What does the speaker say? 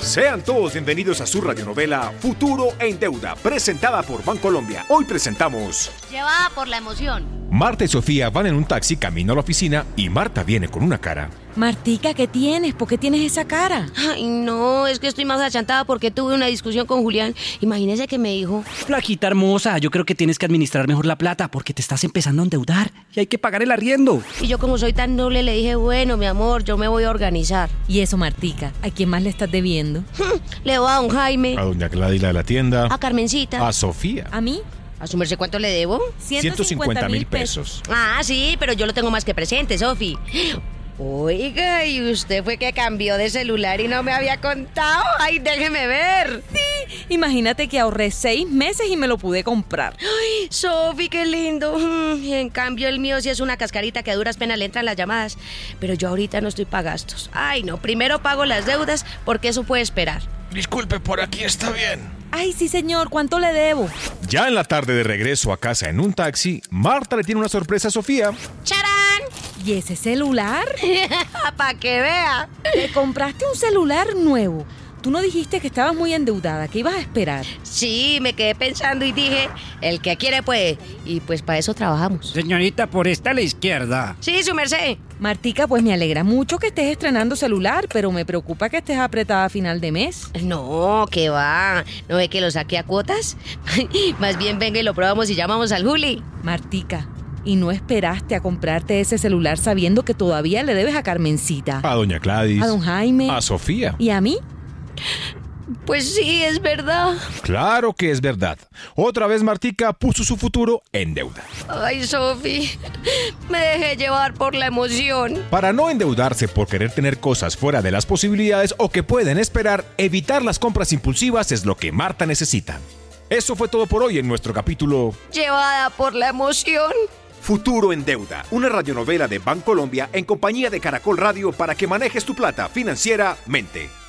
Sean todos bienvenidos a su radionovela Futuro en Deuda, presentada por Bancolombia. Hoy presentamos. Llevada por la emoción. Marta y Sofía van en un taxi camino a la oficina y Marta viene con una cara. Martica, ¿qué tienes? ¿Por qué tienes esa cara? Ay, no, es que estoy más achantada porque tuve una discusión con Julián. Imagínese que me dijo, Flaquita hermosa, yo creo que tienes que administrar mejor la plata porque te estás empezando a endeudar y hay que pagar el arriendo. y yo como soy tan noble le dije, bueno, mi amor, yo me voy a organizar. Y eso, Martica, ¿a quién más le estás debiendo? Le voy a don Jaime, a doña Gladys la de la Ah. tienda, a Carmencita, a Sofía. ¿A mí? a su merced, ¿cuánto le debo? 150 mil pesos. Ah, sí, pero yo lo tengo más que presente, Sofi. Oiga, y usted fue que cambió de celular y no me había contado. Ay, déjeme ver. Imagínate que ahorré seis meses y me lo pude comprar. Sofi, qué lindo. Mm, y En cambio, el mío sí es una cascarita que a duras penas le entran las llamadas. Pero yo ahorita no estoy para gastos. Ay, no, primero pago las deudas porque eso puede esperar. Disculpe, por aquí está bien. Ay, sí, señor, ¿cuánto le debo? Ya en la tarde de regreso a casa en un taxi, Marta le tiene una sorpresa a Sofía. ¡Charán! ¿Y ese celular? para que vea. Te compraste un celular nuevo. Tú no dijiste que estabas muy endeudada, que ibas a esperar. Sí, me quedé pensando y dije, el que quiere puede. Y pues para eso trabajamos. Señorita, por esta a la izquierda. Sí, su merced. Martica, pues me alegra mucho que estés estrenando celular, pero me preocupa que estés apretada a final de mes. No, que va. ¿No ve que lo saqué a cuotas? Más bien venga y lo probamos y llamamos al Juli. Martica, ¿y no esperaste a comprarte ese celular sabiendo que todavía le debes a Carmencita? Ah. A doña Gladys. A don Jaime. A Sofía. ¿Y a mí? Pues sí, es verdad. Claro que es verdad. Otra vez Martica puso su futuro en deuda. Ay, Sofi, me dejé llevar por la emoción. Para no endeudarse por querer tener cosas fuera de las posibilidades o que pueden esperar, evitar las compras impulsivas es lo que Marta necesita. Eso fue todo por hoy en nuestro capítulo Llevada por la emoción. Futuro en Deuda, una radionovela de Bancolombia en compañía de Caracol Radio para que manejes tu plata financieramente.